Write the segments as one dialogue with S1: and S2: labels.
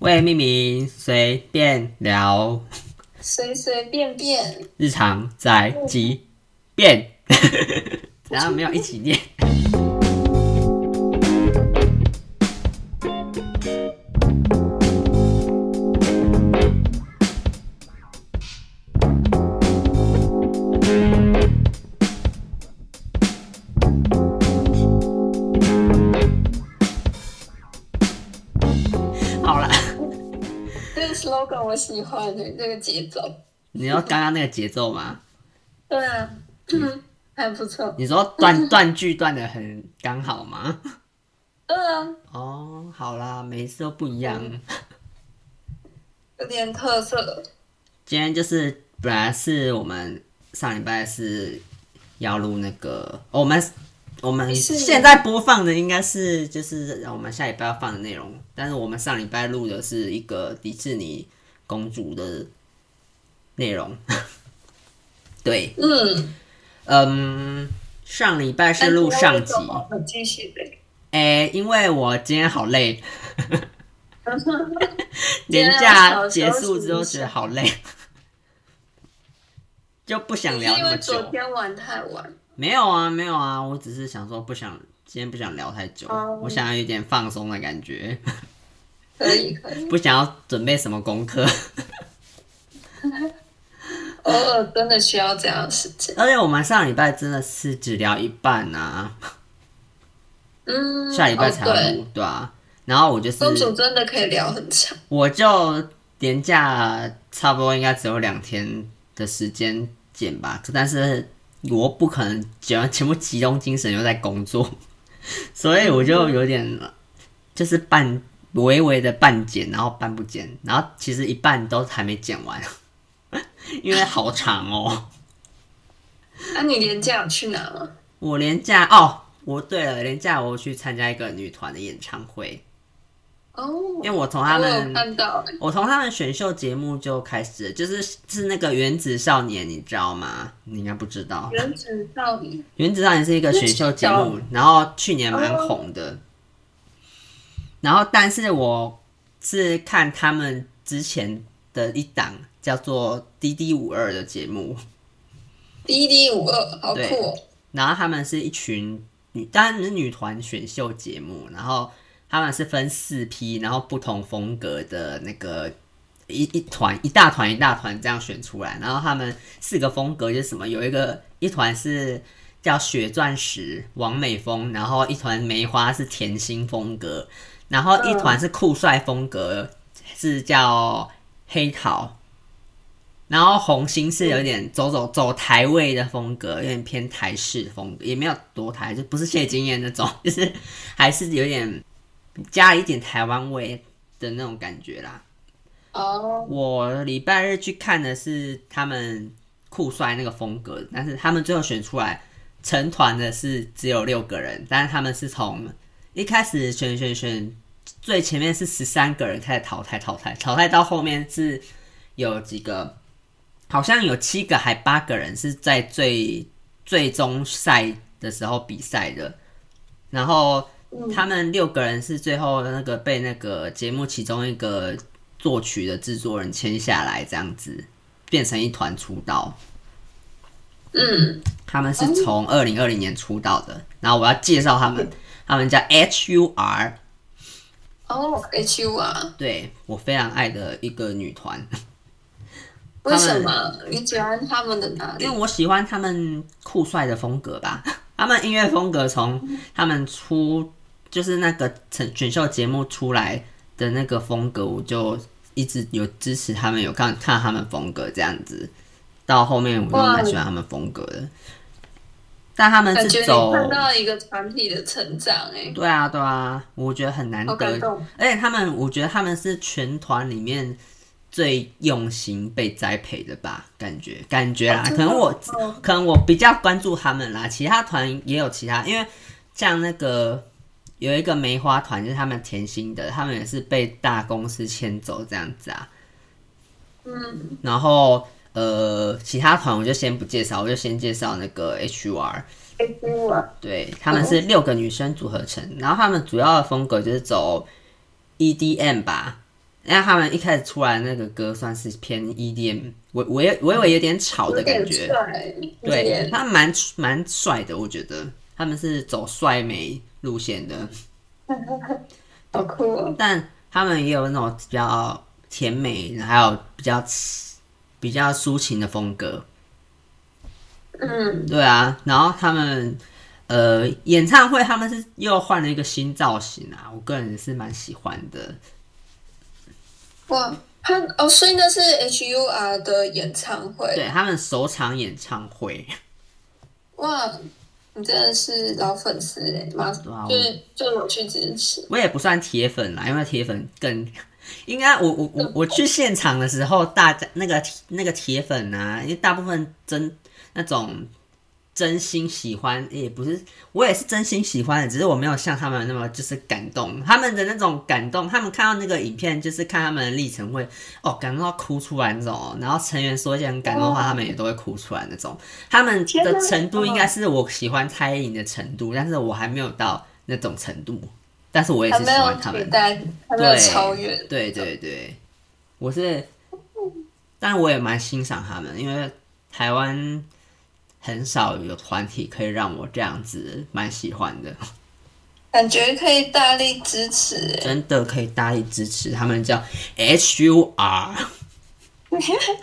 S1: 未命名，随便聊，
S2: 随随便便，
S1: 日常宅急便， 然后没有一起念。好了，
S2: 这个 slogan 我喜欢的、这个节奏。
S1: 你说刚刚那个节奏吗？
S2: 对啊，嗯， 还不错。
S1: 你说断 断句断的很刚好吗？
S2: 对啊，
S1: 哦，好啦，每一次都不一样。
S2: 有点特色。
S1: 今天就是本来是我们上礼拜是要录那个，哦我们我们
S2: 是
S1: 现在播放的应该是就是我们下礼拜要放的内容，但是我们上礼拜录的是一个迪士尼公主的内容。 对，
S2: 嗯，
S1: 嗯，上礼拜
S2: 哎
S1: 是录上集，
S2: 我继续呗。
S1: 哎、因为我今天好 累，
S2: 今天
S1: 年
S2: 要
S1: 假
S2: 好
S1: 结
S2: 休
S1: 束
S2: 息
S1: 之后
S2: 一
S1: 觉
S2: 下
S1: 得好累，就不想
S2: 你
S1: 聊
S2: 是因
S1: 那么
S2: 为
S1: 久
S2: 昨。天玩太晚，
S1: 没有啊，没有啊，我只是想说不想今天不想聊太久
S2: 哦
S1: 我想要有点放松的感觉，
S2: 可以可以，
S1: 不想要准备什么功课。
S2: 偶尔真的需要这样的时间。
S1: 而且我们上礼拜真的是只聊一半啊，
S2: 嗯，
S1: 下礼拜才要
S2: 哦对
S1: 录、嗯对啊。然后我就
S2: 公主
S1: 是
S2: 真的可以聊很长，
S1: 我就年假差不多应该只有两天的时间剪吧，但是我不可能全全部集中精神又在工作， 所以我就有点就是半微微的半剪，然后半不剪，然后其实一半都还没剪完， 因为好长哦。
S2: 那、啊你连假有去哪吗？
S1: 我连假哦，我对了，连假我去参加一个女团的演唱会，
S2: 哦，
S1: 因为我从他
S2: 我有
S1: 们
S2: 看到、欸，
S1: 我从他们选秀节目就开始，就是是那个原子少年，你知道吗？你应该不知道，
S2: 原子少年，
S1: 原子少年是一个选秀节目，然后去年蛮红的。然后，但是我是看他们之前的一档叫做《D D 五二》的节目，
S2: D D 五二，好酷
S1: 对
S2: 哦、
S1: 然后他们是一群女，当然是女团选秀节目，然后他们是分四批，然后不同风格的那个一一团一大团一大团这样选出来，然后他们四个风格就是什么？有一个一团是叫血钻石王美风，然后一团梅花是甜心风格，然后一团是酷帅风格是叫黑桃，然后红星是有点走走走台位的风格，有点偏台式风格，也没有多台，就不是谢金燕那种， 就是还是有点加了一点台湾味的那种感觉啦。
S2: 哦，
S1: 我礼拜日去看的是他们酷帅那个风格，但是他们最后选出来成团的是只有六个人，但是他们是从一开始选选选，最前面是十三个人开始淘汰淘汰淘汰到后面是有几个，好像有七个还八个人是在最最终赛的时候比赛的，然后他们六个人是最后那个被那个节目其中一个作曲的制作人签下来，这样子变成一团出道。
S2: 嗯，
S1: 他们是从二零二零年出道的，然后我要介绍他们，他们叫 H U R，
S2: 哦，H U 啊，
S1: 对我非常爱的一个女团，
S2: 为什么你喜欢他们的哪里
S1: 因？为我喜欢他们酷帅的风格吧。他们音乐风格从他们出就是那个选选秀节目出来的那个风格，我就一直有支持他们，有看看他们风格这样子。到后面我就蛮喜欢他们风格的，但他们
S2: 感觉
S1: 是
S2: 你
S1: 走
S2: 看到一个团体的成长、欸，
S1: 对啊对啊，我觉得很难
S2: 哎，好
S1: 得
S2: 感动。
S1: 而且他们，我觉得他们是全团里面最用心被栽培的吧，感觉感觉啦，啊
S2: 哦
S1: 可
S2: 真的
S1: 能我
S2: 哦
S1: 可能我比较关注他们啦，其他团也有其他，因为像那个有一个梅花团，就是他们甜心的，他们也是被大公司牵走这样子啊，
S2: 嗯，
S1: 然后。呃，其他团我就先不介绍，我就先介绍那个 HR，
S2: H U 啊，
S1: 对，他们是六个女生组合成，然后他们主要的风格就是走 EDM E 吧，那他们一开始出来那个歌算是偏 E EDM，微微微微有点吵的感觉，
S2: 有点帅有
S1: 对
S2: 点
S1: 他蛮蛮帅的，我觉得他们是走帅美路线的，
S2: 好酷哦。
S1: 但他们也有那种比较甜美，还有比较比较抒情的风格。
S2: 嗯，
S1: 对啊，然后他们呃演唱会他们是又换了一个新造型啊，我个人也是蛮喜欢的。
S2: 哇，他哦，所以那是 H U R 的演唱会。
S1: 对他们首场演唱会，
S2: 哇，你真的是老粉丝哎，马
S1: 哇
S2: 就是就我去支持。
S1: 我也不算铁粉啦，因为铁粉更应该我我我我去现场的时候，大家那个那个铁粉啊，因为大部分真那种真心喜欢，也不是我也是真心喜欢的，只是我没有像他们那么就是感动，他们的那种感动，他们看到那个影片，就是看他们的历程会哦感动到哭出来那种哦，然后成员说一些很感动的话，他们也都会哭出来那种，他们
S2: 哦天
S1: 的
S2: 哪
S1: 程度
S2: 哦
S1: 应该是我喜欢蔡依林的程度，但是我还没有到那种程度。但是我也
S2: 还
S1: 是喜
S2: 没有
S1: 欢他
S2: 取
S1: 们。
S2: 代，还没有
S1: 对
S2: 超越。
S1: 对对对，我是，但我也蛮欣赏他们，因为台湾很少有团体可以让我这样子蛮喜欢的，
S2: 感觉可以大力支持哎。
S1: 真的可以大力支持他们叫 H U R，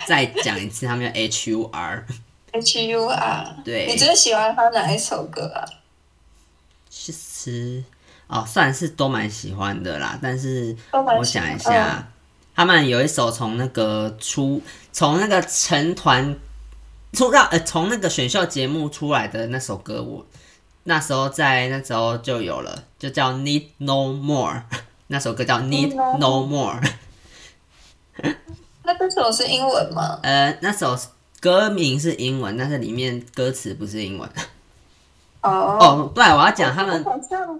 S1: 再讲一次，他们叫 H U R，
S2: H U R，
S1: 对
S2: 你最喜欢他哪一首歌啊？
S1: 其实哦算是都蛮喜欢的啦，但是
S2: 都蛮
S1: 我
S2: 喜欢
S1: 想一下，他们有一首从那个出从那个成团出道呃从那个选秀节目出来的那首歌，我那时候在那时候就有了，就叫 Need No More，那 首歌叫 Need
S2: No
S1: No More，
S2: 那这首是英文吗？
S1: 呃那首歌名是英文，但是里面歌词不是英文。
S2: 哦，
S1: 哦，对，我要讲他们
S2: 你好像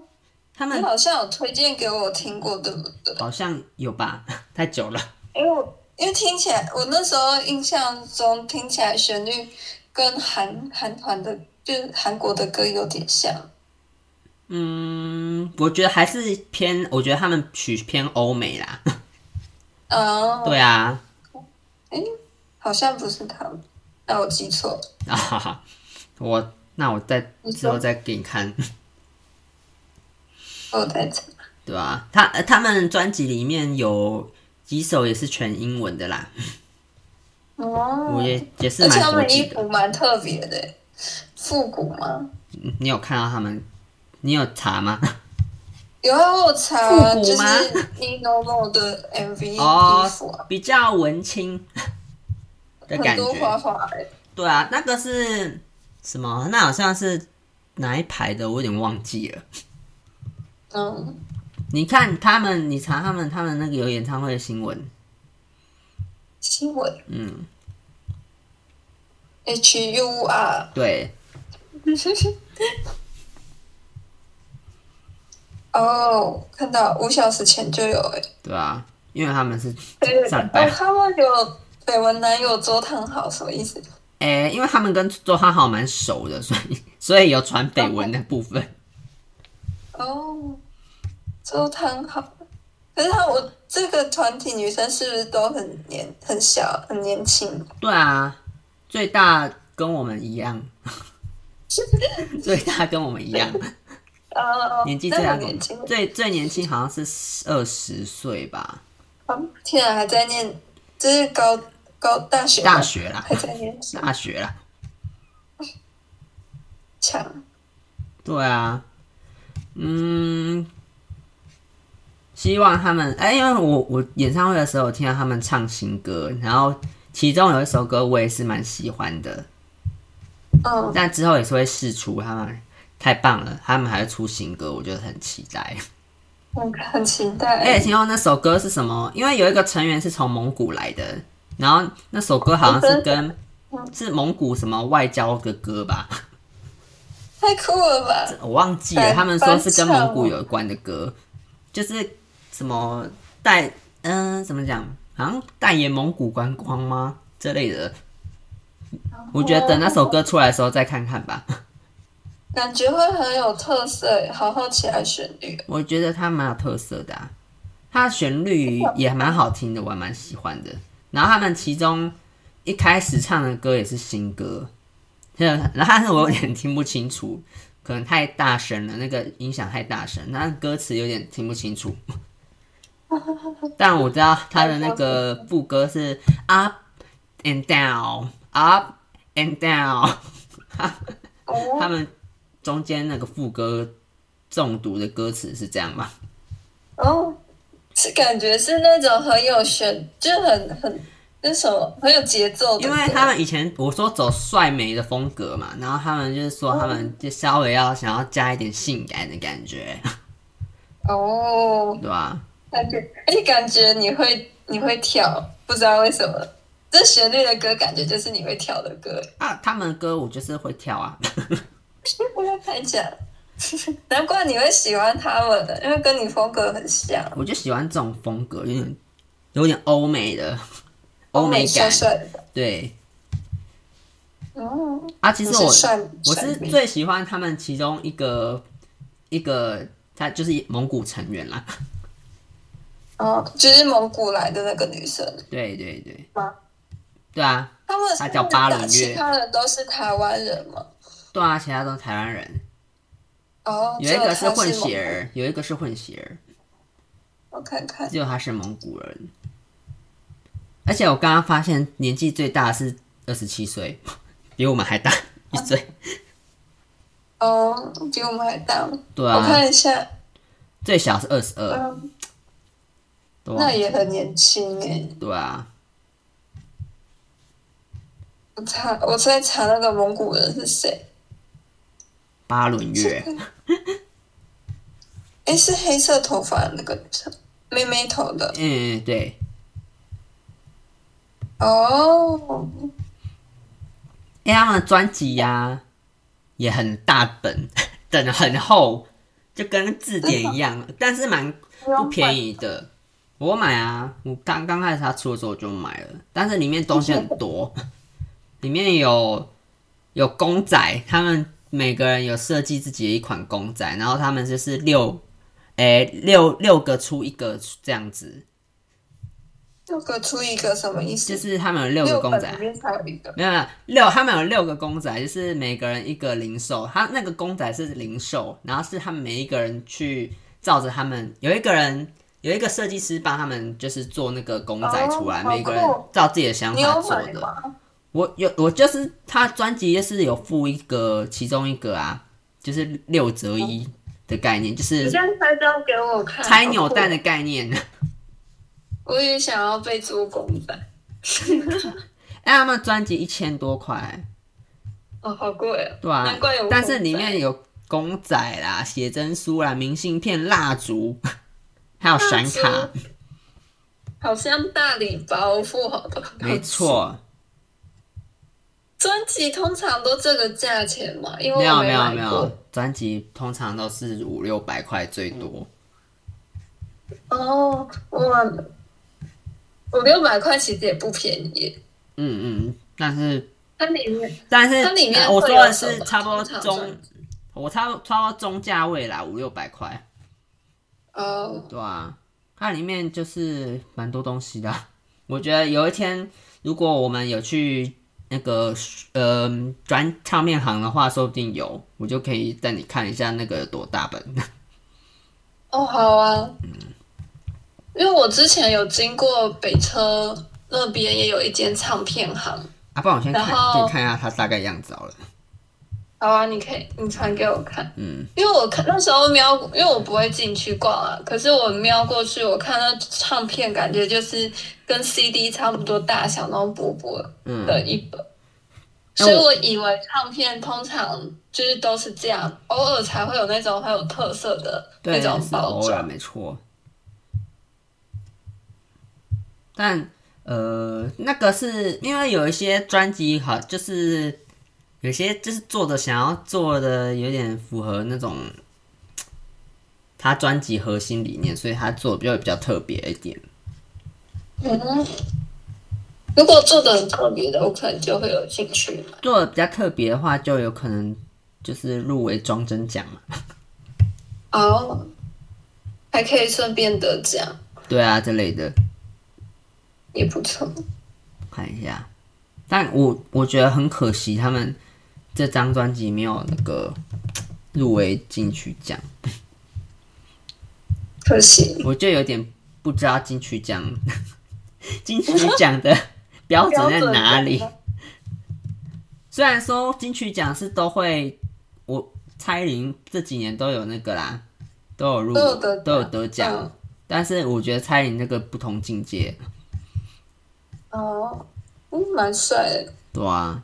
S1: 他
S2: 你
S1: 们
S2: 好像有推荐给我听过，对不对？
S1: 好像有吧， 太久了。
S2: 因为我因为听起来，我那时候印象中听起来旋律跟韩韩团的，就是韩国的歌有点像。
S1: 嗯，我觉得还是偏，我觉得他们曲偏欧美啦。
S2: 哦，
S1: 对啊，
S2: 好像不是他们，那我记错了。
S1: 啊哈哈， 我那我再
S2: 你说
S1: 之后再给你看，
S2: 我在猜。
S1: 对吧、他呃他们专辑里面有几首也是全英文的啦，
S2: 哦
S1: 我，也也是
S2: 而且
S1: 蛮
S2: 他
S1: 国
S2: 们
S1: 际
S2: 衣
S1: 的。
S2: 服蛮特别的，复古吗？
S1: 你你有看到他们？你有查吗？
S2: 有啊，我有查
S1: 复古
S2: 就是
S1: 吗
S2: Nino Mo 的 MV
S1: 哦
S2: 衣服啊，
S1: 比较文青的
S2: 很
S1: 感
S2: 多花
S1: 觉。
S2: 花欸
S1: 对啊，那个是什么？那好像是哪一排的？我有点忘记了。
S2: 嗯，
S1: 你看他们，你查他们，他们那个有演唱会的新闻，
S2: 新闻
S1: 嗯，
S2: H U R，
S1: 对，
S2: 哦，看到五小时前就有哎、
S1: 对啊，因为他们是
S2: 欸，
S1: 上
S2: 哦，
S1: 班
S2: 他们有绯闻男友周汤豪，什么意思？
S1: 诶、因为他们跟周汤豪蛮熟的，所以 所以有传绯闻的部分。
S2: 哦，周汤豪，可是他我这个团体女生是不是都很年很小很年轻？
S1: 对啊，最大跟我们一 样，最大跟我们一样，
S2: 哦，
S1: 年纪
S2: 那
S1: 最大
S2: 很
S1: 跟我
S2: 年
S1: 们
S2: 轻，
S1: 最最年轻好像是二十岁吧，
S2: 哦天啊，还在念，这是高高大学吗
S1: 大学啦，
S2: 还在念书，
S1: 大学啦，
S2: 强
S1: 对啊，嗯，希望他们哎、因为我我演唱会的时候有听到他们唱新歌，然后其中有一首歌我也是蛮喜欢的，
S2: 嗯，
S1: 但之后也是会试出，他们太棒了，他们还会出新歌，我觉得很期待。
S2: 很很期待。
S1: 而且听说那首歌是什么？因为有一个成员是从蒙古来的，然后那首歌好像是跟是蒙古什么外交的歌吧，
S2: 太酷了吧！
S1: 我忘记了。他们说是跟蒙古有关的歌，就是什么代嗯、怎么讲？好像代言蒙古观光吗？这类的。我觉得等那首歌出来的时候再看看吧。
S2: 感觉会很有特色耶，好好奇爱旋律。
S1: 我觉得它蛮有特色的、啊。它的旋律也蛮好听的，我还蛮喜欢的。然后他们其中一开始唱的歌也是新歌， 然后但是我有点听不清楚，可能太大声了，那个音响太大声，那歌词有点听不清楚。 但我知道他的那个副歌是 up and down, up and down。他
S2: 哦，
S1: 们中间那个副歌中毒的歌词是这样吗？
S2: 哦，是感觉是那种很有旋，就是很很那什么很有节奏的
S1: 因
S2: 歌，
S1: 为他们以前我说走帅美的风格嘛，然后他们就是说他们就稍微要想要加一点性感的感 觉，
S2: 哦，
S1: 对吧？
S2: 感觉而且感觉你会你会跳，不知道为什么。这旋律的歌感觉就是你会跳的歌，
S1: 啊，他们的歌我就是会跳啊，
S2: 我要看 一下，难怪你会喜欢他们的，因为跟你风格很像。
S1: 我就喜欢这种风格，有点有点欧美的欧美
S2: 帅
S1: 感，
S2: 帅的，
S1: 对
S2: 嗯，
S1: 啊。其实
S2: 你是
S1: 我
S2: 帅，
S1: 我
S2: 帅
S1: 是
S2: 迷
S1: 最喜欢他们其中一个一个，他就是蒙古成员啦，
S2: 哦，就是蒙古来的那个女生
S1: 对对对
S2: 吗？
S1: 对啊，
S2: 他们
S1: 她叫巴伦
S2: 那
S1: 月
S2: 其他人都是台湾人吗？
S1: 对啊，其他都是台湾人，
S2: 哦，
S1: 有一个
S2: 只有她
S1: 混
S2: 是
S1: 血
S2: 蒙
S1: 儿，有一个是混血儿，
S2: 古，我看看，
S1: 只有他是蒙古人。而且我刚刚发现，年纪最大的是二十七岁， 比我们还
S2: 啊
S1: 大一岁。
S2: 哦，比我们还大吗，
S1: 对
S2: 我
S1: 啊，
S2: 看一下，
S1: 最小是二十二，
S2: 嗯，
S1: 对
S2: 那
S1: 啊
S2: 也很年轻诶。
S1: 对啊，
S2: 我查，我在查那个蒙古人是谁？
S1: 八轮月，
S2: 诶，是黑色头发的那个女生，妹妹头的，
S1: 嗯，对，
S2: 哦，
S1: 哎、他们的专辑呀也很大本， 等得很厚，就跟字典一样，但是蛮不便宜的。我买啊，我刚刚开始它出的时候我就买了，但是里面东西很多，里面有有公仔，他们每个人有设计自己的一款公仔，然后他们就是六，哎、六六个出一个这样子，
S2: 六个出一个什么意思？
S1: 就是他们有六个
S2: 六
S1: 公
S2: 本
S1: 仔
S2: 里，面才有一个。
S1: 没有没有六，他们有六个公仔，就是每个人一个零售，他那个公仔是零售，然后是他们每一个人去照着他们，有一个人有一个设计师帮他们就是做那个公仔出来，
S2: 哦好酷
S1: 每个人照自己的想
S2: 你
S1: 法
S2: 有
S1: 做
S2: 买
S1: 的。
S2: 吗？
S1: 我有我就是他专辑就是有附一个其中一个啊，就是六折一的概念，就
S2: 哦你
S1: 是
S2: 这样欸拍照给我看。
S1: 拆扭蛋的概念。
S2: 我也想要被做公仔。
S1: 哎，他们专辑一千多块。
S2: 哦，好贵哦。
S1: 对啊，
S2: 难怪有公仔
S1: 但是里面有公仔啦、写真书啦、明信片、蜡烛， 还有闪
S2: 蜡
S1: 卡，
S2: 好像大礼包富豪的。
S1: 没。错，
S2: 专辑通常都这个价钱嘛，因
S1: 没
S2: 为我
S1: 有没有
S2: 买
S1: 没
S2: 过
S1: 有。，专辑通常都是五六百块最多，
S2: 哦，我五六百块其实也不便宜。
S1: 嗯嗯，但是
S2: 它里面
S1: 但是
S2: 它里面
S1: 呃我说
S2: 会有
S1: 的
S2: 什么
S1: 是差不多
S2: 通常
S1: 中
S2: 专，
S1: 我差不多差不多中价位啦，五六百块，
S2: 哦，
S1: 对啊，它里面就是蛮多东西的啊，我觉得有一天如果我们有去那个呃转唱片行的话，说不定有，我就可以带你看一下那个有多大本。
S2: 哦，好啊。因为我之前有经过北车那边也有一间唱片行，
S1: 啊，不然我先看
S2: 然后
S1: 给你看一下它大概样子好了。
S2: 好啊，你可以你传给我看，
S1: 嗯，
S2: 因为我看那时候瞄，因为我不会进去逛啊，可是我瞄过去，我看到唱片，感觉就是跟 CD 差不多大小那种薄薄
S1: 嗯
S2: 的一本，
S1: 那
S2: 所
S1: 我
S2: 以我以为唱片通常就是都是这样，偶尔才会有那种很有特色的那
S1: 对，
S2: 种
S1: 是
S2: 包
S1: 偶尔
S2: 装。
S1: 没错。但呃，那个是因为有一些专辑好，就是有些就是做的想要做的有点符合那种他专辑核心理念，所以他做的比较比较特别一点。
S2: 嗯，如果做的很特别的，我可能就会有兴趣买。
S1: 做的比较特别的话，就有可能就是入围装帧奖嘛。
S2: 哦，还可以顺便得奖。
S1: 对啊这类的，
S2: 也不错。
S1: 看一下。但我我觉得很可惜，他们这张专辑没有那个入围金曲奖，
S2: 可惜
S1: 我就有点不知道金曲奖 金曲奖 的标准在哪里
S2: 标。准
S1: 虽然说金曲奖是都会，我蔡依林这几年都有那个啦，都有入
S2: 都有得奖
S1: 都有得奖，
S2: 嗯
S1: 但是我觉得蔡依林那个不同境界，
S2: 哦，嗯，蛮帅的。
S1: 对啊，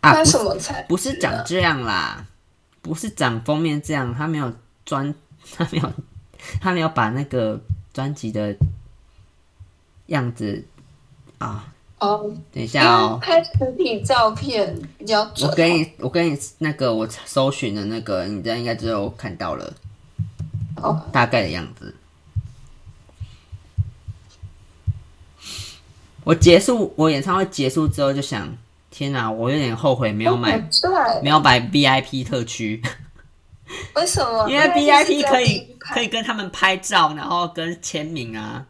S1: 啊
S2: 他
S1: 不是
S2: 什么啊才？
S1: 不是长这样啦，不是长封面这样，他没有专， 他没有他没有把那个专辑的样子啊，
S2: 哦，
S1: 等一
S2: 因
S1: 下哦
S2: 为，拍实体照片比较准。
S1: 我给你，我给你那个我搜寻的那个，你这样应该就有看到了
S2: 哦，
S1: 大概的样子。我结束我演唱会结束之后就想，天哪、我有点后悔没有买
S2: 好哦帅，
S1: 没有买 VIP 特区，
S2: 为什么？
S1: 哦因为 VIP 可以可
S2: 以。
S1: 以跟他们拍照，然后跟签名啊，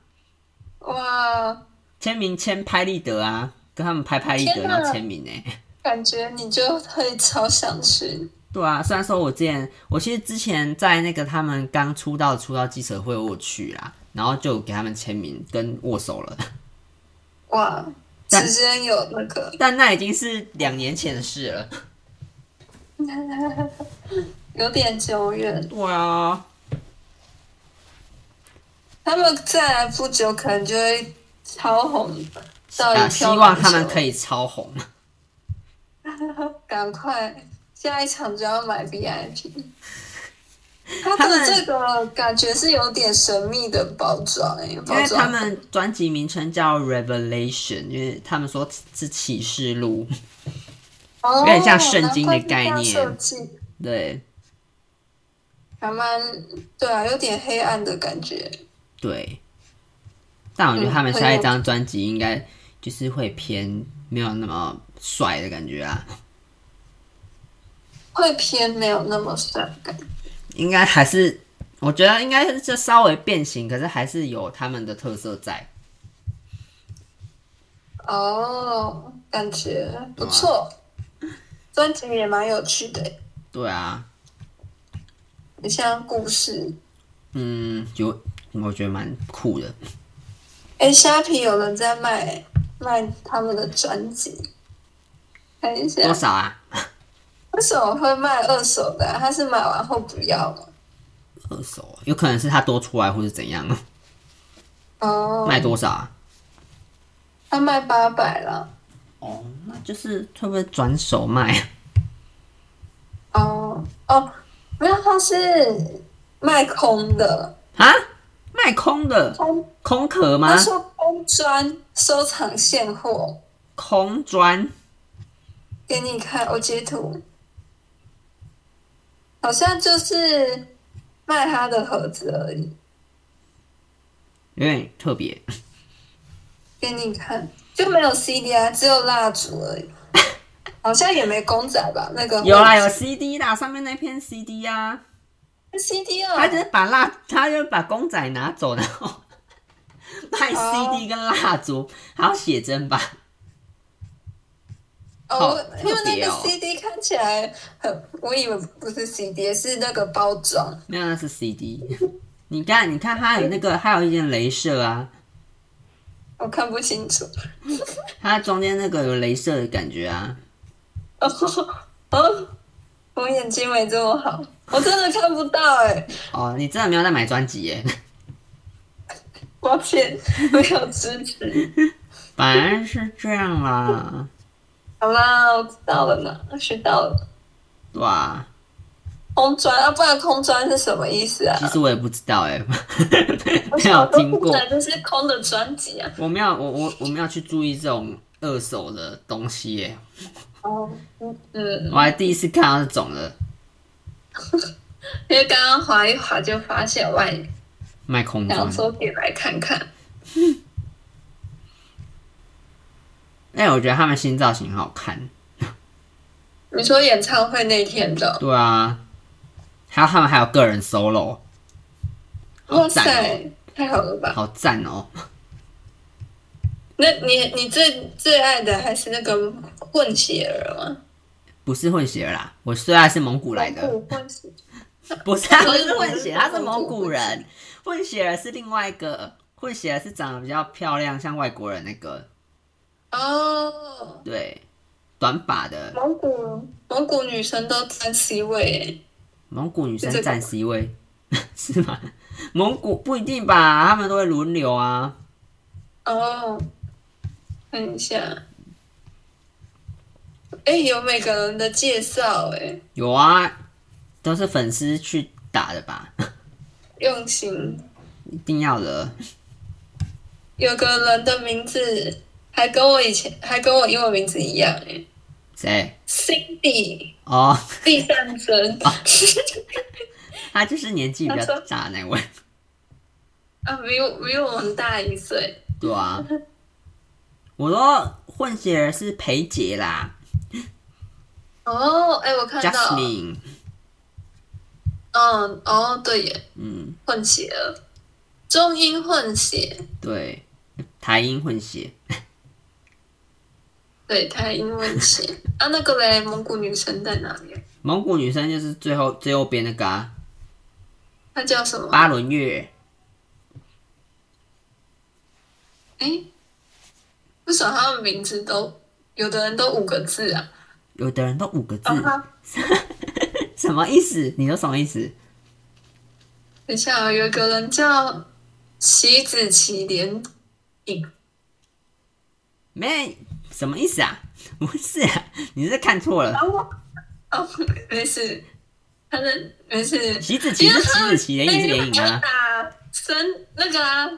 S2: 哇，
S1: 签名签拍立得啊，跟他们拍拍立得，
S2: 天哪
S1: 然后签名欸呢、
S2: 感觉你就会超想去。
S1: 对啊，虽然说我之前，我其实之前在那个他们刚出道的出道记者会我有去啦，然后就给他们签名跟握手了，
S2: 哇，
S1: 但
S2: 直接有那个
S1: 但那已经是两年前的事了。
S2: 有点久远。
S1: 对啊，
S2: 他们再来不久，可能就会超红的。到一
S1: 啊，希
S2: 票
S1: 望他们可
S2: 以
S1: 以超红。
S2: 赶快下一场就要买 VIP。
S1: 他
S2: 他
S1: 们
S2: 的这个感觉是有点神秘的包装、欸，
S1: 因
S2: 包
S1: 为
S2: 装
S1: 他们专辑名称叫 Revelation，因为他们说是启示录。
S2: 有
S1: 有点像圣经的概念
S2: 设计
S1: 对
S2: 还蛮对啊，有点黑暗的感觉。
S1: 对，但我觉得
S2: 嗯
S1: 他们
S2: 很
S1: 下一
S2: 有
S1: 张专辑应该就是会偏没有那么帅的感觉啊。
S2: 会偏没有那么帅感，
S1: 应该还是，我觉得应该是就稍微变形，可是还是有他们的特色在。
S2: 哦，感觉不错，专辑也蛮有趣的，欸
S1: 对啊，
S2: 很像故事。
S1: 嗯，有我觉得蛮酷的。
S2: 哎，虾皮有人在卖卖他们的专辑，看一下
S1: 多少啊？
S2: 为什么会卖二手的啊、他是买完后不要吗？
S1: 二手，啊有可能是他多出来或是怎样，
S2: 哦，
S1: 卖多少啊？
S2: 他卖八百了。
S1: 哦，那就是会不会转手卖？啊
S2: 哦哦，没有，他是卖空的，
S1: 啊，卖空的
S2: 空
S1: 空壳吗
S2: 他？说空砖收藏现货，
S1: 空砖
S2: 给你看，我截图，好像就是卖他的盒子而已，
S1: 有点特别，
S2: 给你看，就没有 CD 啊，只有蜡烛 而已，好像也没公仔吧？那个
S1: 有啊啦有 CD 啦，上面那片 CD 啊，
S2: CD
S1: 他
S2: 啊
S1: 只，是把蜡，他就把公仔拿走，然后卖 CD 跟蜡烛，还有写真吧。好
S2: 哦，因为
S1: 特
S2: 那
S1: 别
S2: 个
S1: 哦
S2: CD 看起来很，我以为不是 CD，是那个包装。
S1: 没有，那是 CD。你看，你看，它有那个，它有一件镭射啊，
S2: 我看不清楚。
S1: 它中间那个有镭射的感觉啊。
S2: 哦，我眼睛没这么好，我真的看不到哎、
S1: 哦，你真的没有在买专辑耶？
S2: 抱歉，没有支持。
S1: 反而是这样啦，
S2: 好啦，我知道了嘛，学到了。
S1: 对吧？
S2: 空砖啊，不然空砖是什么意思啊
S1: 其？实我也不知道 哎，没
S2: 我
S1: 有
S2: 小时
S1: 听
S2: 候
S1: 过
S2: 空，转就是空的专辑啊。
S1: 我没有，我我我没有去注意这种二手的东西耶，
S2: 哦，嗯，
S1: 我还第一次看到这种的
S2: 因为刚刚划一划就发现，哇，
S1: 卖空
S2: 想
S1: 装。
S2: 说可以来看看。
S1: 哎，我觉得他们新造型很好看。
S2: 你说演唱会那天的，哦
S1: 对啊，还有他们还有个人 solo，好
S2: 哇
S1: 赞哦、
S2: 塞，太好了吧？
S1: 好赞哦、
S2: 那你你最最爱的还是那个混血儿吗？
S1: 不是混血儿啦，我虽然是蒙古来的，
S2: 蒙古混血，
S1: 不是、啊，
S2: 不
S1: 不
S2: 是
S1: 是混血，他是
S2: 蒙
S1: 蒙
S2: 古
S1: 古人。混血儿是另外一个，混血儿是长得比较漂亮，像外国人那个，
S2: 哦，
S1: 对，短发的
S2: 蒙古蒙古女生都占 C 位耶，
S1: 蒙古女生
S2: 是这个
S1: 占 C 位， 是吗？蒙古不一定吧，他们都会轮流啊。
S2: 哦，看一下，哎，有每个人的介绍，哎，
S1: 有啊，都是粉丝去打的吧，
S2: 用心，
S1: 一定要的。
S2: 有个人的名字还跟我以前还跟我英文名字一样，哎
S1: 谁？
S2: ，Cindy
S1: 哦，
S2: 第三声，
S1: 啊他就是年纪比较大的那位，
S2: 啊，比我比我们大一岁，
S1: 对啊。我说混血儿是裴杰啦
S2: 哦，哎，我看到，
S1: ，Jasmine，
S2: 嗯，哦，对耶，
S1: 嗯。
S2: 混血儿，中英混血，
S1: 对，台英混血，
S2: 对，台英混血。啊，那个嘞，蒙古女神在哪里啊？
S1: 蒙古女生就是最后最右边那个、啊、
S2: 她叫什么？
S1: 巴伦月，
S2: 哎，为什么他们名字都有的人都五个字啊？
S1: 有的人都五个字，
S2: 啊哈，
S1: 什么意思？你说什么意思？
S2: 等一下啊，有一个人叫席子祁连颖，
S1: 没什么意思啊？不是啊，你是看错了。
S2: 啊我，哦，没事，他的没事。
S1: 席子琪是
S2: 因为他
S1: 席子琪的意思联影
S2: 哎我要
S1: 啊，
S2: 打生那个啊，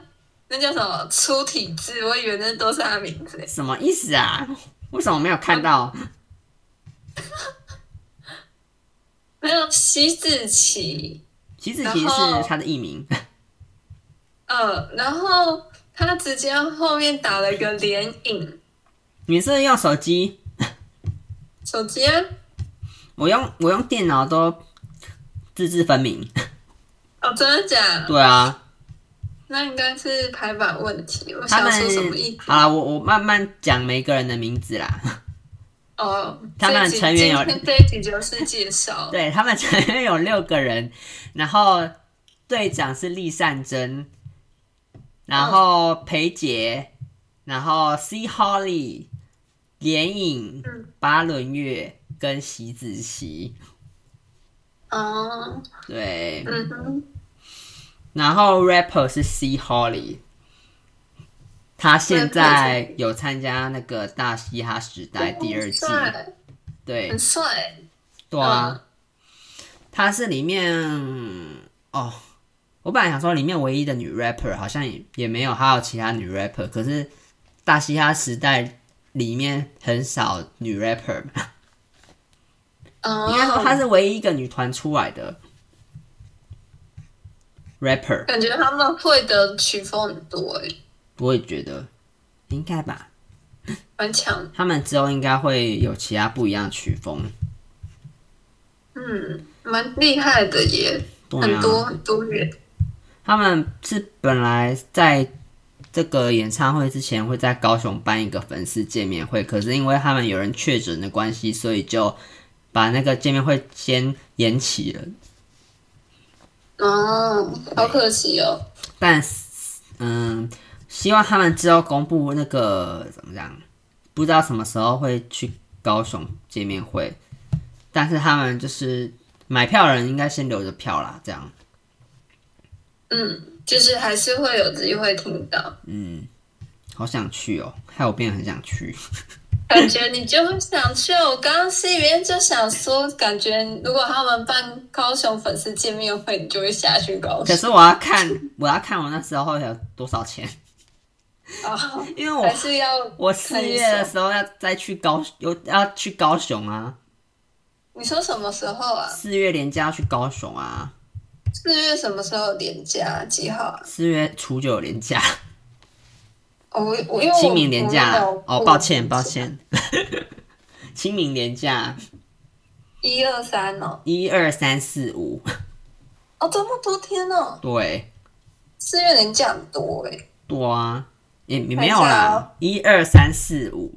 S2: 那叫什么粗体字？我以为那都是他名字。
S1: 什么意思 啊？为什么没有看到？
S2: 没有席子琪，
S1: 席子琪是他的艺名，
S2: 呃，然后他直接后面打了一个连影
S1: 你是用手机，
S2: 手机啊，
S1: 我用我用电脑都字字分明。
S2: 哦，真的假？
S1: 对啊，
S2: 那应该是排版问题。我
S1: 他
S2: 想
S1: 们
S2: 说什么意思？
S1: 好啦，我我慢慢讲每个人的名字啦。
S2: 哦，
S1: 他们
S2: 这一集
S1: 成员有
S2: 今天这一集就是介绍，
S1: 对他们成员有六个人，然后队长是栗善珍，然
S2: 哦
S1: 后裴杰，然后 C Holly、连影
S2: 嗯、
S1: 八轮月跟席子琪。
S2: 哦，
S1: 对，
S2: 嗯哼，
S1: 然后 rapper 是 C Holly，他现在有参加那个《大嘻哈时代》第二季
S2: 很，帅
S1: 对
S2: 很嗯帅，
S1: 对啊，她是里面哦，我本来想说里面唯一的女 rapper 好像也也没有，还有其他女 rapper，可是大嘻哈时代里面很少女 rapper，
S2: 哦，
S1: 应该说她是唯一一个女团出来的 rapper，
S2: 感觉他们会的曲风很多欸诶，
S1: 我也觉得应该吧，
S2: 蛮强，
S1: 他们之后应该会有其他不一样的曲风，
S2: 嗯，蛮厉害的耶，
S1: 对啊
S2: 很多很多元，
S1: 他们是本来在这个演唱会之前会在高雄办一个粉丝见面会，可是因为他们有人确诊的关系，所以就把那个见面会先延期了。
S2: 哦，好可惜哦。
S1: 但嗯，希望他们之后公布那个怎么讲，不知道什么时候会去高雄见面会，但是他们就是买票的人应该先留着票啦，这样。
S2: 嗯，就是还是会有机会听到，
S1: 嗯，好想去哦，害我变得很想去。
S2: 感觉你就会想去。我刚刚心里面就想说，感觉如果他们办高雄粉丝见面会，你就会下去高
S1: 可
S2: 雄。
S1: 是我要看，我要看我那时候有多少钱，
S2: 啊，
S1: 因为我
S2: 还是要
S1: 我四月啊的时候要再去高，有要去高雄啊，
S2: 你说什么时候啊？
S1: 四月连假要去高雄啊，
S2: 四月什么时候连假？几号啊？
S1: 四月初九连假，
S2: 哦我我因为我
S1: 清明连假
S2: 我没有
S1: 哦，抱歉抱，歉， 清明连假
S2: 一二三哦，
S1: 一二三四五，
S2: 哦这么多天哦，
S1: 对，
S2: 四月连假很多哎、
S1: 对啊，也也
S2: 看
S1: 没
S2: 一
S1: 有
S2: 下
S1: 啦，一二三四五，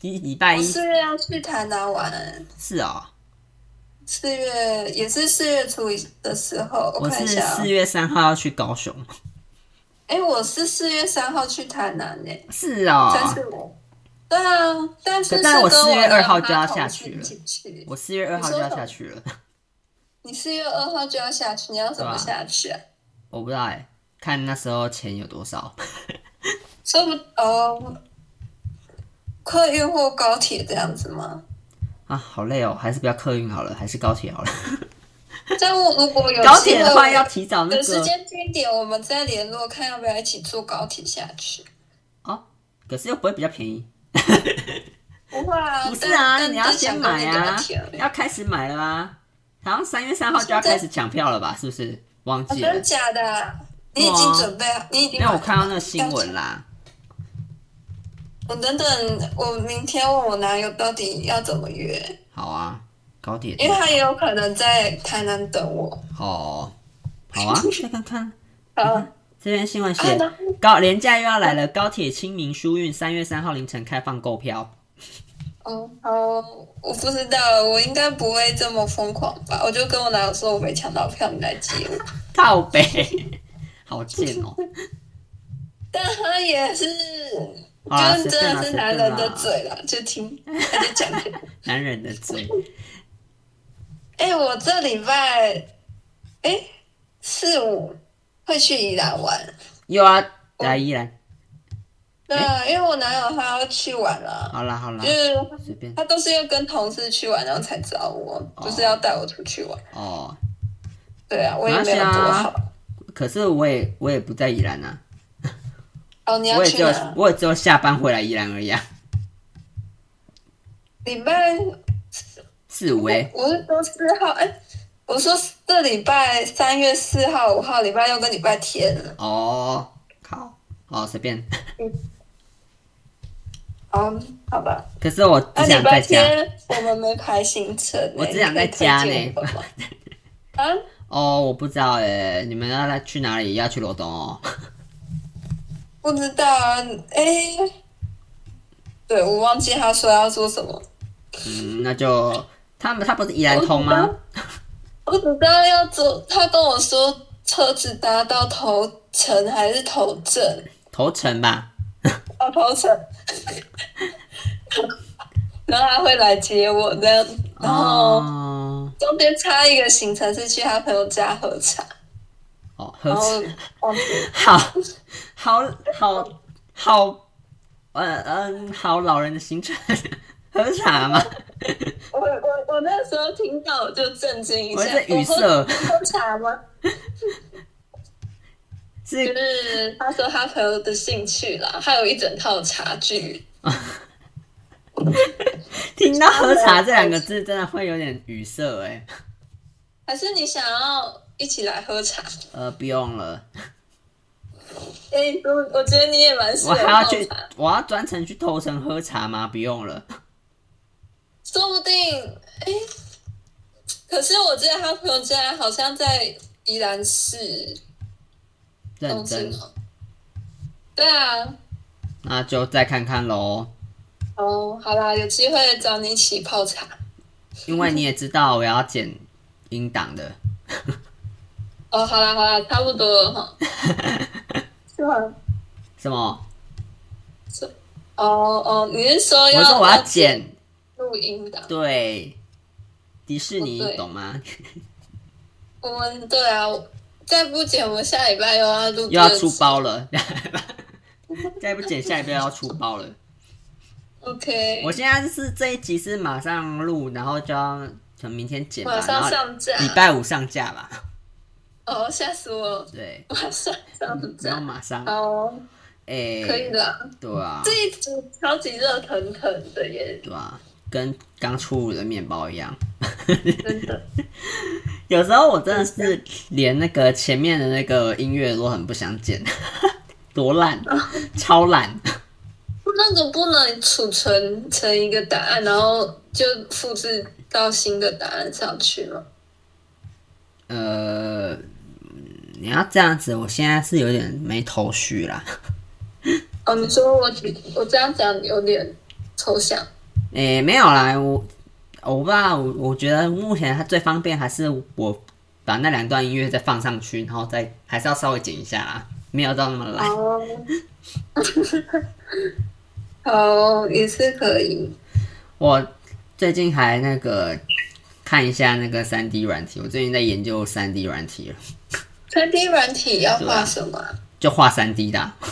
S1: 一礼拜
S2: 我
S1: 一
S2: 四月要去台南玩，
S1: 是哦，
S2: 四月也是四月初一的时候，我
S1: 我
S2: 看
S1: 是
S2: 一下啊
S1: 四。月三号要去高雄，
S2: 哎、我是四月三号去台南哎、
S1: 是 哦，
S2: 三四五。对啊，但是
S1: 可但我
S2: 是跟
S1: 4月
S2: 的
S1: 2号
S2: 妈
S1: 就要
S2: 同
S1: 下
S2: 事
S1: 去
S2: 一
S1: 了
S2: 起去
S1: 我四月二号就要下去了，
S2: 你四月二号就要下去，你要怎么
S1: 对
S2: 下去啊？
S1: 我不知道哎、看那时候钱有多少，
S2: 说不哦，客运或高铁这样 子吗？
S1: 啊，好累哦，还是不要客运好了，还是高铁好了。
S2: 但我如果有
S1: 高铁
S2: 机
S1: 的
S2: 会
S1: 话要提早那
S2: 有时
S1: 个，
S2: 间定点，我们再联络，看要不要一起坐高铁下去。
S1: 可是又不会比较便宜。
S2: 不会啊，
S1: 不是啊，
S2: 但
S1: 你要先买啊，要开始买了啊，好像三月三号就要开始抢票了吧？是不是？忘
S2: 真
S1: 记
S2: 的
S1: 了。
S2: 假的啊？你已
S1: 对
S2: 经
S1: 啊
S2: 准备好，你已
S1: 因
S2: 经
S1: 为我
S2: 买
S1: 看到
S2: 了
S1: 那
S2: 吗
S1: 个新闻。啦，
S2: 我等等，我明天问我男友到底要怎么约，
S1: 好啊，高铁
S2: 因为他也有可能在台南等我。
S1: 哦，好啊，再看看
S2: 啊，
S1: 这篇 新闻
S2: 啊，
S1: 写
S2: 然后
S1: 高廉价又要来了，高铁清明书运三月三号凌晨开放购票。
S2: 哦，好，我不知道，我应该不会这么疯狂吧？我就跟我男友说我没抢到票，你来接我。
S1: 靠北， 好贱哦！
S2: 但他也是，
S1: 好啦
S2: 就是真的是男人的嘴啦，就听他就讲。
S1: 男人的嘴，
S2: 哎、我这礼拜，哎、四五会去宜兰玩。
S1: 有啊，来依然，
S2: 对啊，因为我男友他要去玩了，
S1: 好啦好啦
S2: 就，是
S1: 随便
S2: 他都是要跟同事去玩，然后才找我，
S1: 哦
S2: 就是要带我出去玩。
S1: 哦。
S2: 对啊，我也没有多好。
S1: 可是我也我也不在宜兰啊，
S2: 哦，你要
S1: 我也
S2: 去
S1: 只有
S2: 哪？
S1: 我也只有下班回来宜兰而已啊。
S2: 礼拜
S1: 四五哎，
S2: 我是说四号，哎、我说这礼拜三月四号、五号，礼拜六跟礼拜天。
S1: 哦，靠，哦随便。
S2: 哦，好吧。
S1: 可是我只
S2: 那
S1: 想
S2: 啊礼
S1: 在
S2: 拜
S1: 家
S2: 天我们没排行程欸、
S1: 我只想在家呢
S2: 你可以推 荐我吗啊，
S1: 哦，我不知道哎，你们要来去哪里？要去罗东哦。
S2: 不知道啊，哎、对我忘记他说要做什么。
S1: 嗯，那就他们他不是宜兰通吗？
S2: 我只知道要走，他跟我说车子搭到头城还是头镇？
S1: 头城吧？
S2: 哦，头城。 然后他会来接我这样，然后
S1: 哦
S2: 中间插一个行程是去他朋友家喝茶，
S1: 哦，
S2: 然
S1: 合
S2: 后
S1: 成
S2: 忘记了
S1: 好好好好，呃嗯，好老人的行程，喝茶吗？
S2: 我我我那时候听到我就震惊一
S1: 我
S2: 下，
S1: 是语
S2: 我
S1: 塞，
S2: 喝喝茶吗？就是是他说他朋友的兴趣啦，还有一整套茶具。
S1: 听到喝茶这两个字，真的会有点语塞哎。
S2: 还是你想要一起来喝茶？
S1: 呃，不用了，
S2: 哎、我我觉得你也蛮适
S1: 我
S2: 合
S1: 还要
S2: 泡
S1: 去
S2: 啊茶，，
S1: 我要专程去头城喝茶吗？不用了。
S2: 说不定哎、可是我记得他朋友家好像在宜兰市
S1: 认
S2: 东京
S1: 真，
S2: 哦。对啊，
S1: 那就再看看喽。
S2: 哦，好啦，有机会找你一起泡茶。
S1: 因为你也知道我要剪音档的，
S2: 哦，好啦好啦，差不多了哈。是吗？
S1: 什么？
S2: 哦哦，你是说要
S1: 我说我要剪，
S2: 录音的？啊
S1: 对，迪士尼
S2: 哦对
S1: 懂吗？
S2: 我们对啊，再不剪，我们下礼拜又要录，
S1: 又要出。包了，再不剪下一个要出包了。
S2: OK，
S1: 我现在是这一集是马上录，然后就要从明天剪吧，
S2: 马上
S1: 然后
S2: 上架。
S1: 礼拜五上架吧。
S2: 哦，吓死我了！
S1: 对，
S2: 马上上
S1: 嗯然后
S2: 架。
S1: 马上，
S2: 好哦，
S1: 哎、
S2: 可以的。
S1: 对啊，
S2: 这一集超级热腾腾的耶，
S1: 对啊，跟刚出炉的面包一样。
S2: 真的。
S1: 有时候我真的是连那个前面的那个音乐都很不想剪， 多烂，
S2: 哦
S1: 超烂。
S2: 那个不能储存成一个答案，然后就复制到新的答案上去吗？
S1: 呃，嗯你要这样子，我现在是有点没头绪啦。
S2: 哦，你说我我这样讲有点抽象。
S1: 诶、没有啦，我我不知道，我我觉得目前它最方便还是我把那两段音乐再放上去，然后再还是要稍微剪一下啦，没有到那么懒。
S2: 哦， 好，也是可以。
S1: 我最近还那个看一下那个三 D 软体，我最近在研究三 D 软体了，
S2: 三 D 软体要画什么啊？
S1: 就画三 D 的啊、啊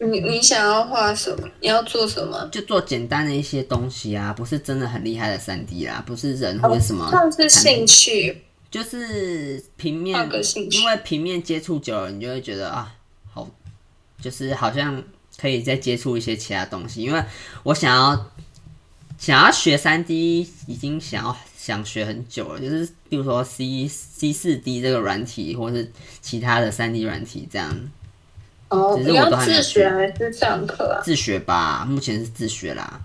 S2: 你你想要画什么？你要做什么？
S1: 就做简单的一些东西啊，不是真的很厉害的三 D 啊啦，不是人或者什么
S2: 哦像是
S1: 产品
S2: 兴趣，
S1: 就是平面
S2: 换个兴，趣
S1: 因为平面接触久了，你就会觉得啊，好，就是好像可以再接触一些其他东西。因为我想要想要学三 D，已经想要想学很久了，就是比如说 C C 四 D 这个软体，或是其他的三 D 软体这样
S2: 哦，
S1: 只是
S2: 你
S1: 我
S2: 要
S1: 都还没有
S2: 自学还是上课啊？
S1: 自学吧。目前是自学啦，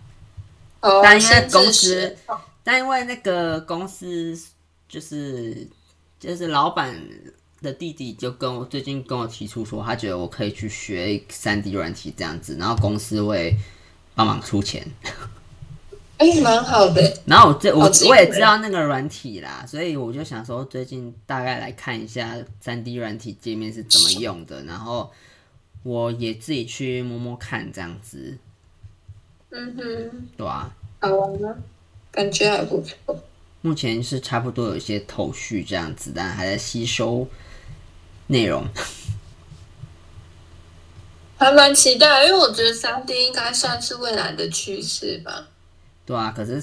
S2: 哦，
S1: 但因为
S2: 先自
S1: 公司
S2: 学哦
S1: 但因为那个公司就是就是老板的弟弟就跟我最近跟我提出说，他觉得我可以去学三 D 软体这样子，然后公司会帮忙出钱。
S2: 哎，蛮好的。
S1: 然后我这我
S2: 好奇怪
S1: 我也知道那个软体啦，所以我就想说最近大概来看一下三 D 软体界面是怎么用的，然后我也自己去摸摸看这样子，
S2: 嗯哼，
S1: 对啊？
S2: 好玩吗？感觉还不错。
S1: 目前是差不多有一些头绪这样子，但还在吸收内容。
S2: 还蛮期待，因为我觉得三 D 应该算是未来的趋势吧。
S1: 对啊，可是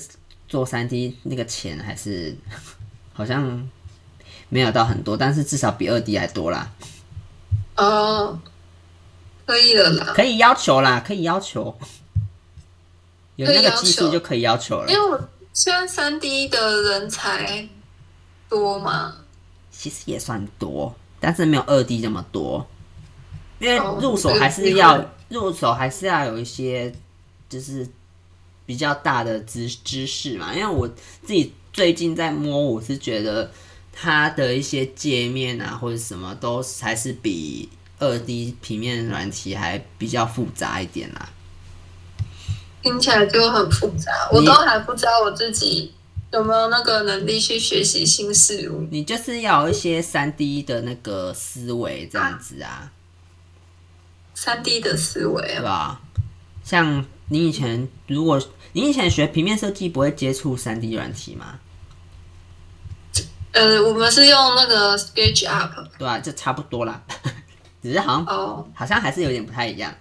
S1: 做三 D 那个钱还是 好像没有到很多，但是至少比二 D 还多啦。
S2: 哦，可以了啦。
S1: 可以要求啦，可以要求，有那个技
S2: 可以要
S1: 术
S2: 求
S1: 就可以要求
S2: 因
S1: 了。
S2: 为我现在三 D 的人才多嘛，
S1: 其实也算多，但是没有二 D 这么多，因为
S2: 哦
S1: 入手
S2: 对
S1: 还是
S2: 你
S1: 要
S2: 看
S1: 入手还是要有一些就是比较大的知知识嘛。因为我自己最近在摸，我是觉得它的一些界面啊或者什么都还是比二 D 平面软体还比较复杂一点啦。
S2: 听起来就很复杂。我
S1: 你
S2: 都还不知道我自己有没有那个能力去学习新事物。
S1: 你就是要有一些三 D 的那个思维这样子啊。
S2: 三 D 的思维
S1: 对
S2: 啊，
S1: 吧？像你以前如果你以前学平面设计，不会接触三 D 软体嘛？
S2: 呃，我们是用那个 SketchUp
S1: 对吧、就差不多啦，只是好像
S2: 哦，
S1: 好像还是有点不太一样。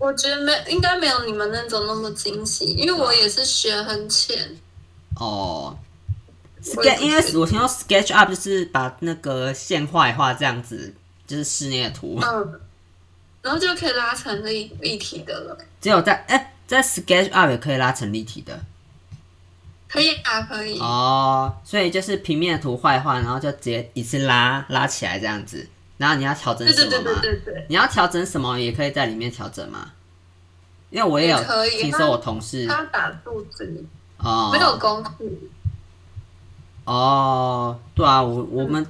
S2: 我觉得没应该没有你们那种那么精细，因为我也是学很浅。
S1: 哦。
S2: 我也
S1: Sketch，
S2: 不
S1: 因为我听说 SketchUp 就是把那个线画一画，这样子就是室内的图。
S2: 嗯，然后就可以拉成立立体的了。
S1: 只有在哎、在 SketchUp 也可以拉成立体的
S2: 可以啊，可以。
S1: 哦。所以就是平面的图画一画，然后就直接一次拉拉起来这样子。然后你要调整
S2: 对
S1: 什
S2: 对
S1: 么吗？啊
S2: 对对对对，
S1: 你要调整什么也可以在里面调整吗？因为我也有
S2: 也可以
S1: 听说我同事
S2: 他打数字，没有
S1: 哦
S2: 公式。
S1: 哦，对啊，我我
S2: 嗯
S1: 们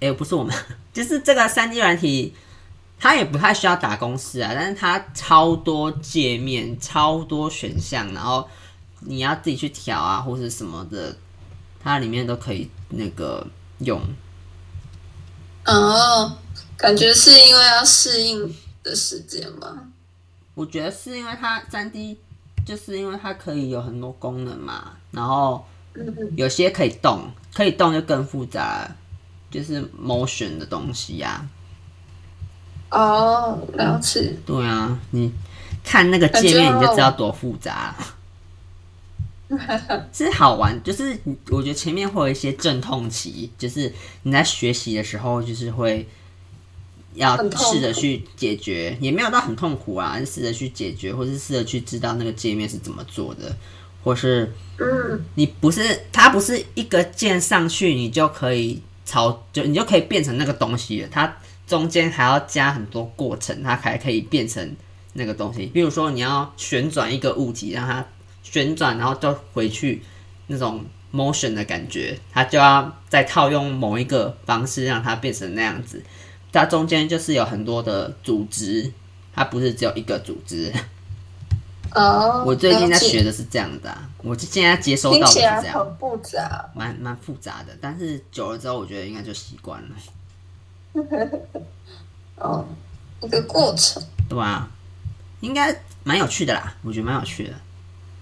S1: 哎、不是我们， 就是这个三 D 软体，它也不太需要打公式啊，但是它超多界面、超多选项，然后你要自己去调啊，或是什么的，它里面都可以那个用。
S2: 哦，感觉是因为要适应的时间嘛。
S1: 我觉得是因为它三 D，就是因为它可以有很多功能嘛，然后
S2: 嗯，
S1: 有些可以动，可以动就更复杂了，就是 motion 的东西啊呀、
S2: 哦，了解。
S1: 对啊，你看那个界面你就知道多复杂了。是好玩，就是你我觉得前面会有一些阵痛期，就是你在学习的时候，就是会要
S2: 很痛苦
S1: 试着去解决，也没有到很痛苦啊，就试着去解决，或是试着去知道那个界面是怎么做的，或是
S2: 嗯，
S1: 你不是它不是一个键上去你就可以操，就你就可以变成那个东西了，它中间还要加很多过程，它才可以变成那个东西。比如说你要旋转一个物体，让它旋转，然后就回去那种 motion 的感觉，它就要再套用某一个方式让它变成那样子。它中间就是有很多的组织，它不是只有一个组织。
S2: 哦，
S1: 我最近在
S2: 了解
S1: 学的是这样的、啊，我现在接收
S2: 听
S1: 到的是
S2: 起来
S1: 这样，
S2: 很复杂。
S1: 蛮蛮复杂的，但是久了之后，我觉得应该就习惯了。
S2: 哦，一个过程。
S1: 对啊，应该蛮有趣的啦，我觉得蛮有趣的，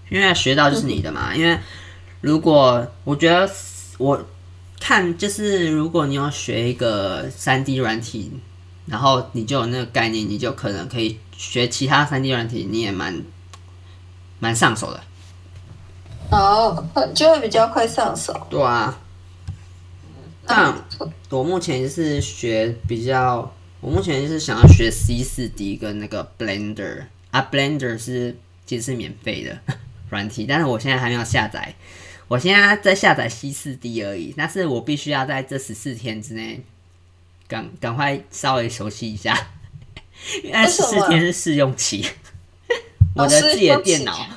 S1: 因为学到就是你的嘛。因为如果我觉得我看就是，如果你有学一个三 D 软体，然后你就有那个概念，你就可能可以学其他三 D 软体，你也蛮蛮上手的。
S2: 哦，就会比较快上手。
S1: 对嗯啊，但我目前是学比较，我目前是想要学 C 四 D 跟那个 Blender 啊，Blender 是其实是免费的 软体，但是我现在还没有下载，我现在在下载 C 四 D 而已，但是我必须要在这十四天之内赶赶快稍微熟悉一下，因为十
S2: 什
S1: 四
S2: 么
S1: 天是试用期， 我
S2: 哦
S1: 的
S2: 试
S1: 自己的
S2: 用
S1: 电
S2: 期
S1: 脑，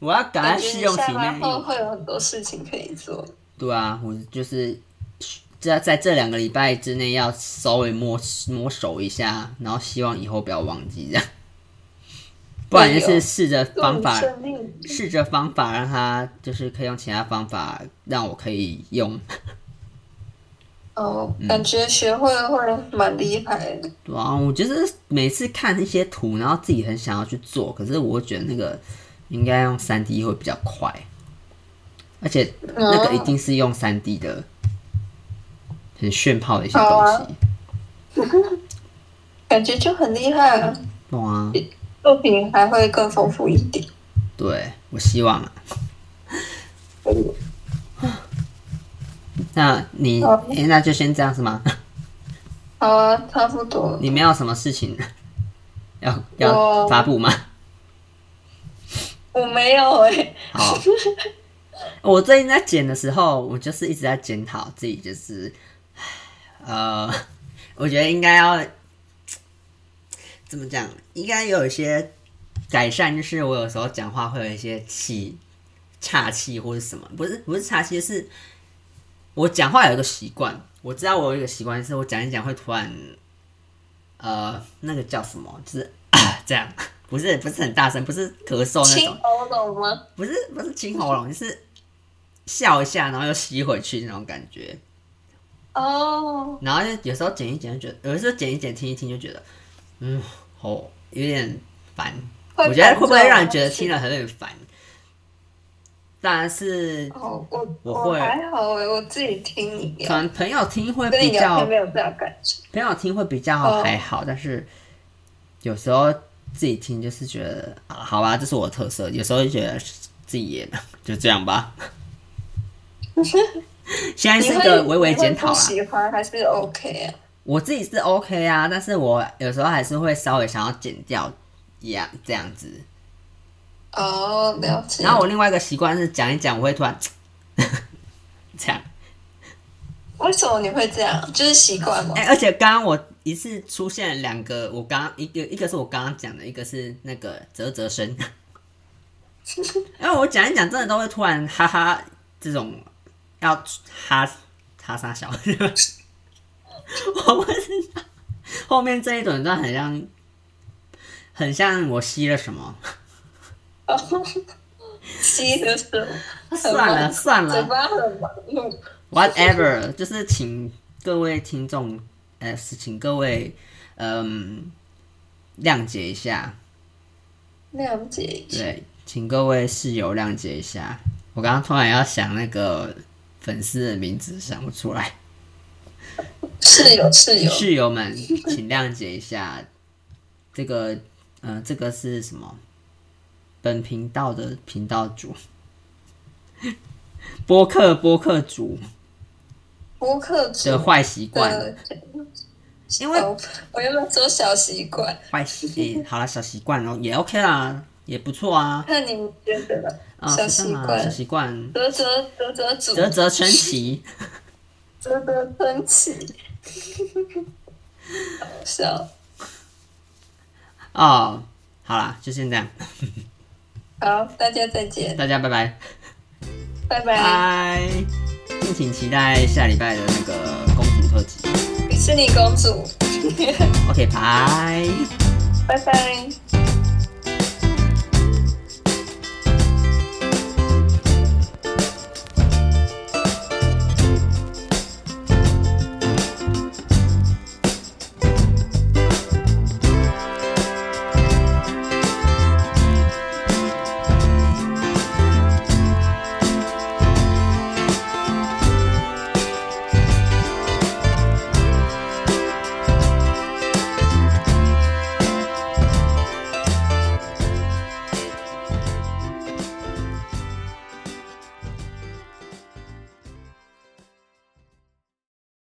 S1: 我要赶
S2: 感
S1: 快
S2: 觉
S1: 试
S2: 你
S1: 用
S2: 下
S1: 期内
S2: 班后
S1: 用。
S2: 会有很多事情可以做。
S1: 对啊，我就是在在这两个礼拜之内要稍微摸摸熟一下，然后希望以后不要忘记这样，不然就是试着
S2: 祝
S1: 方
S2: 你
S1: 法，
S2: 顺利。
S1: 试着方法让他就是可以用其他方法让我可以用，
S2: 哦，
S1: 嗯
S2: 感觉学会会蛮厉害的。
S1: 对啊，我就是每次看一些图，然后自己很想要去做，可是我会觉得那个应该用三 D 会比较快，而且
S2: 嗯
S1: 那
S2: 哦
S1: 个一定是用三 D 的，很炫炮的一些
S2: 好啊
S1: 东西，
S2: 感觉就很厉害啊，
S1: 懂啊？
S2: 作品还会更丰富一点。
S1: 对，我希望 啊。那你
S2: 好
S1: 诶，那就先这样是吗？
S2: 好啊，差不多。
S1: 你没有什么事情 要要
S2: 我
S1: 发布吗？
S2: 我没有哎、
S1: 好，哦我最近在剪的时候，我就是一直在检讨自己，就是，呃，我觉得应该要怎么讲，应该有一些改善，就是我有时候讲话会有一些气岔气或者什么，不是不是岔气，是我讲话有一个习惯，我知道我有一个习惯，是我讲一讲会突然，呃，那个叫什么，就是、 啊、这样，不是不是很大声，不是咳嗽那
S2: 亲
S1: 种。
S2: 喉咙吗？
S1: 不是不是清喉咙，就是笑一下，然后又吸回去那种感觉。
S2: 哦，
S1: 然后就有时候剪一剪就觉得，有时候剪一剪听一听就觉得，嗯，哦，有点烦。
S2: 会
S1: 我觉得会不会让人
S2: 感
S1: 觉得
S2: 到
S1: 听了有点烦？当然是
S2: 哦，我
S1: 我会
S2: 还好哎，我自己听你
S1: 可
S2: 聊，
S1: 能朋友听会
S2: 跟你
S1: 比
S2: 聊天
S1: 较
S2: 没，有这样感觉。
S1: 朋友听会比较
S2: 哦
S1: 还好，但是有时候自己听就是觉得啊，好吧，这是我的特色。有时候就觉得自己也就这样吧。现在
S2: 你
S1: 是一
S2: 会
S1: 个微微检
S2: 你会
S1: 讨
S2: 不
S1: 啦。
S2: 喜欢还是 OK 啊？
S1: 我自己是 OK 啊，但是我有时候还是会稍微想要剪掉一样这样子。
S2: 哦，了解。
S1: 然后我另外一个习惯是讲一讲，我会突然 这样。
S2: 为什么你会这样？就是习惯吗
S1: 哎、？而且刚刚我一次出现两个，我刚刚一个一个是我刚刚讲的，一个是那个啧啧 声。因为我讲一讲，真的都会突然哈哈这种要哈哈撒 小，我不知道。后面这一段段很像，很像我吸了什么。
S2: 吸的什么？
S1: 算了
S2: 很
S1: 算
S2: 忙嘴
S1: 了
S2: 巴很忙碌。
S1: ，whatever，就是请各位听众，呃，是请各位，嗯，谅解一下，
S2: 谅解一下。
S1: 对，请各位室友谅解一下。我刚刚突然要想那个粉丝的名字，想不出来。
S2: 室友，室友，
S1: 室友们，请谅解一下，这个，呃，这个是什么？本频道的频道主，播客播客主
S2: 播客主
S1: 的坏习惯。
S2: 的。
S1: 因为
S2: 哦我原本说小习惯，
S1: 坏习、诶好了，小习惯哦，也 OK 啦，也不错啊。
S2: 看你们觉得吧。
S1: 啊、
S2: 小
S1: 是干
S2: 习
S1: 嘛小
S2: 惯，
S1: 习惯，
S2: 啧啧啧啧主，
S1: 啧啧称奇。
S2: 真的生气， 好笑。
S1: 哦，好啦，就先这样，
S2: 好，大家再见，
S1: 大家拜拜。
S2: 拜。拜拜，
S1: 拜。敬请期待下礼拜的那个公主特辑。
S2: 迪士尼公主，
S1: OK，拜。
S2: 拜拜。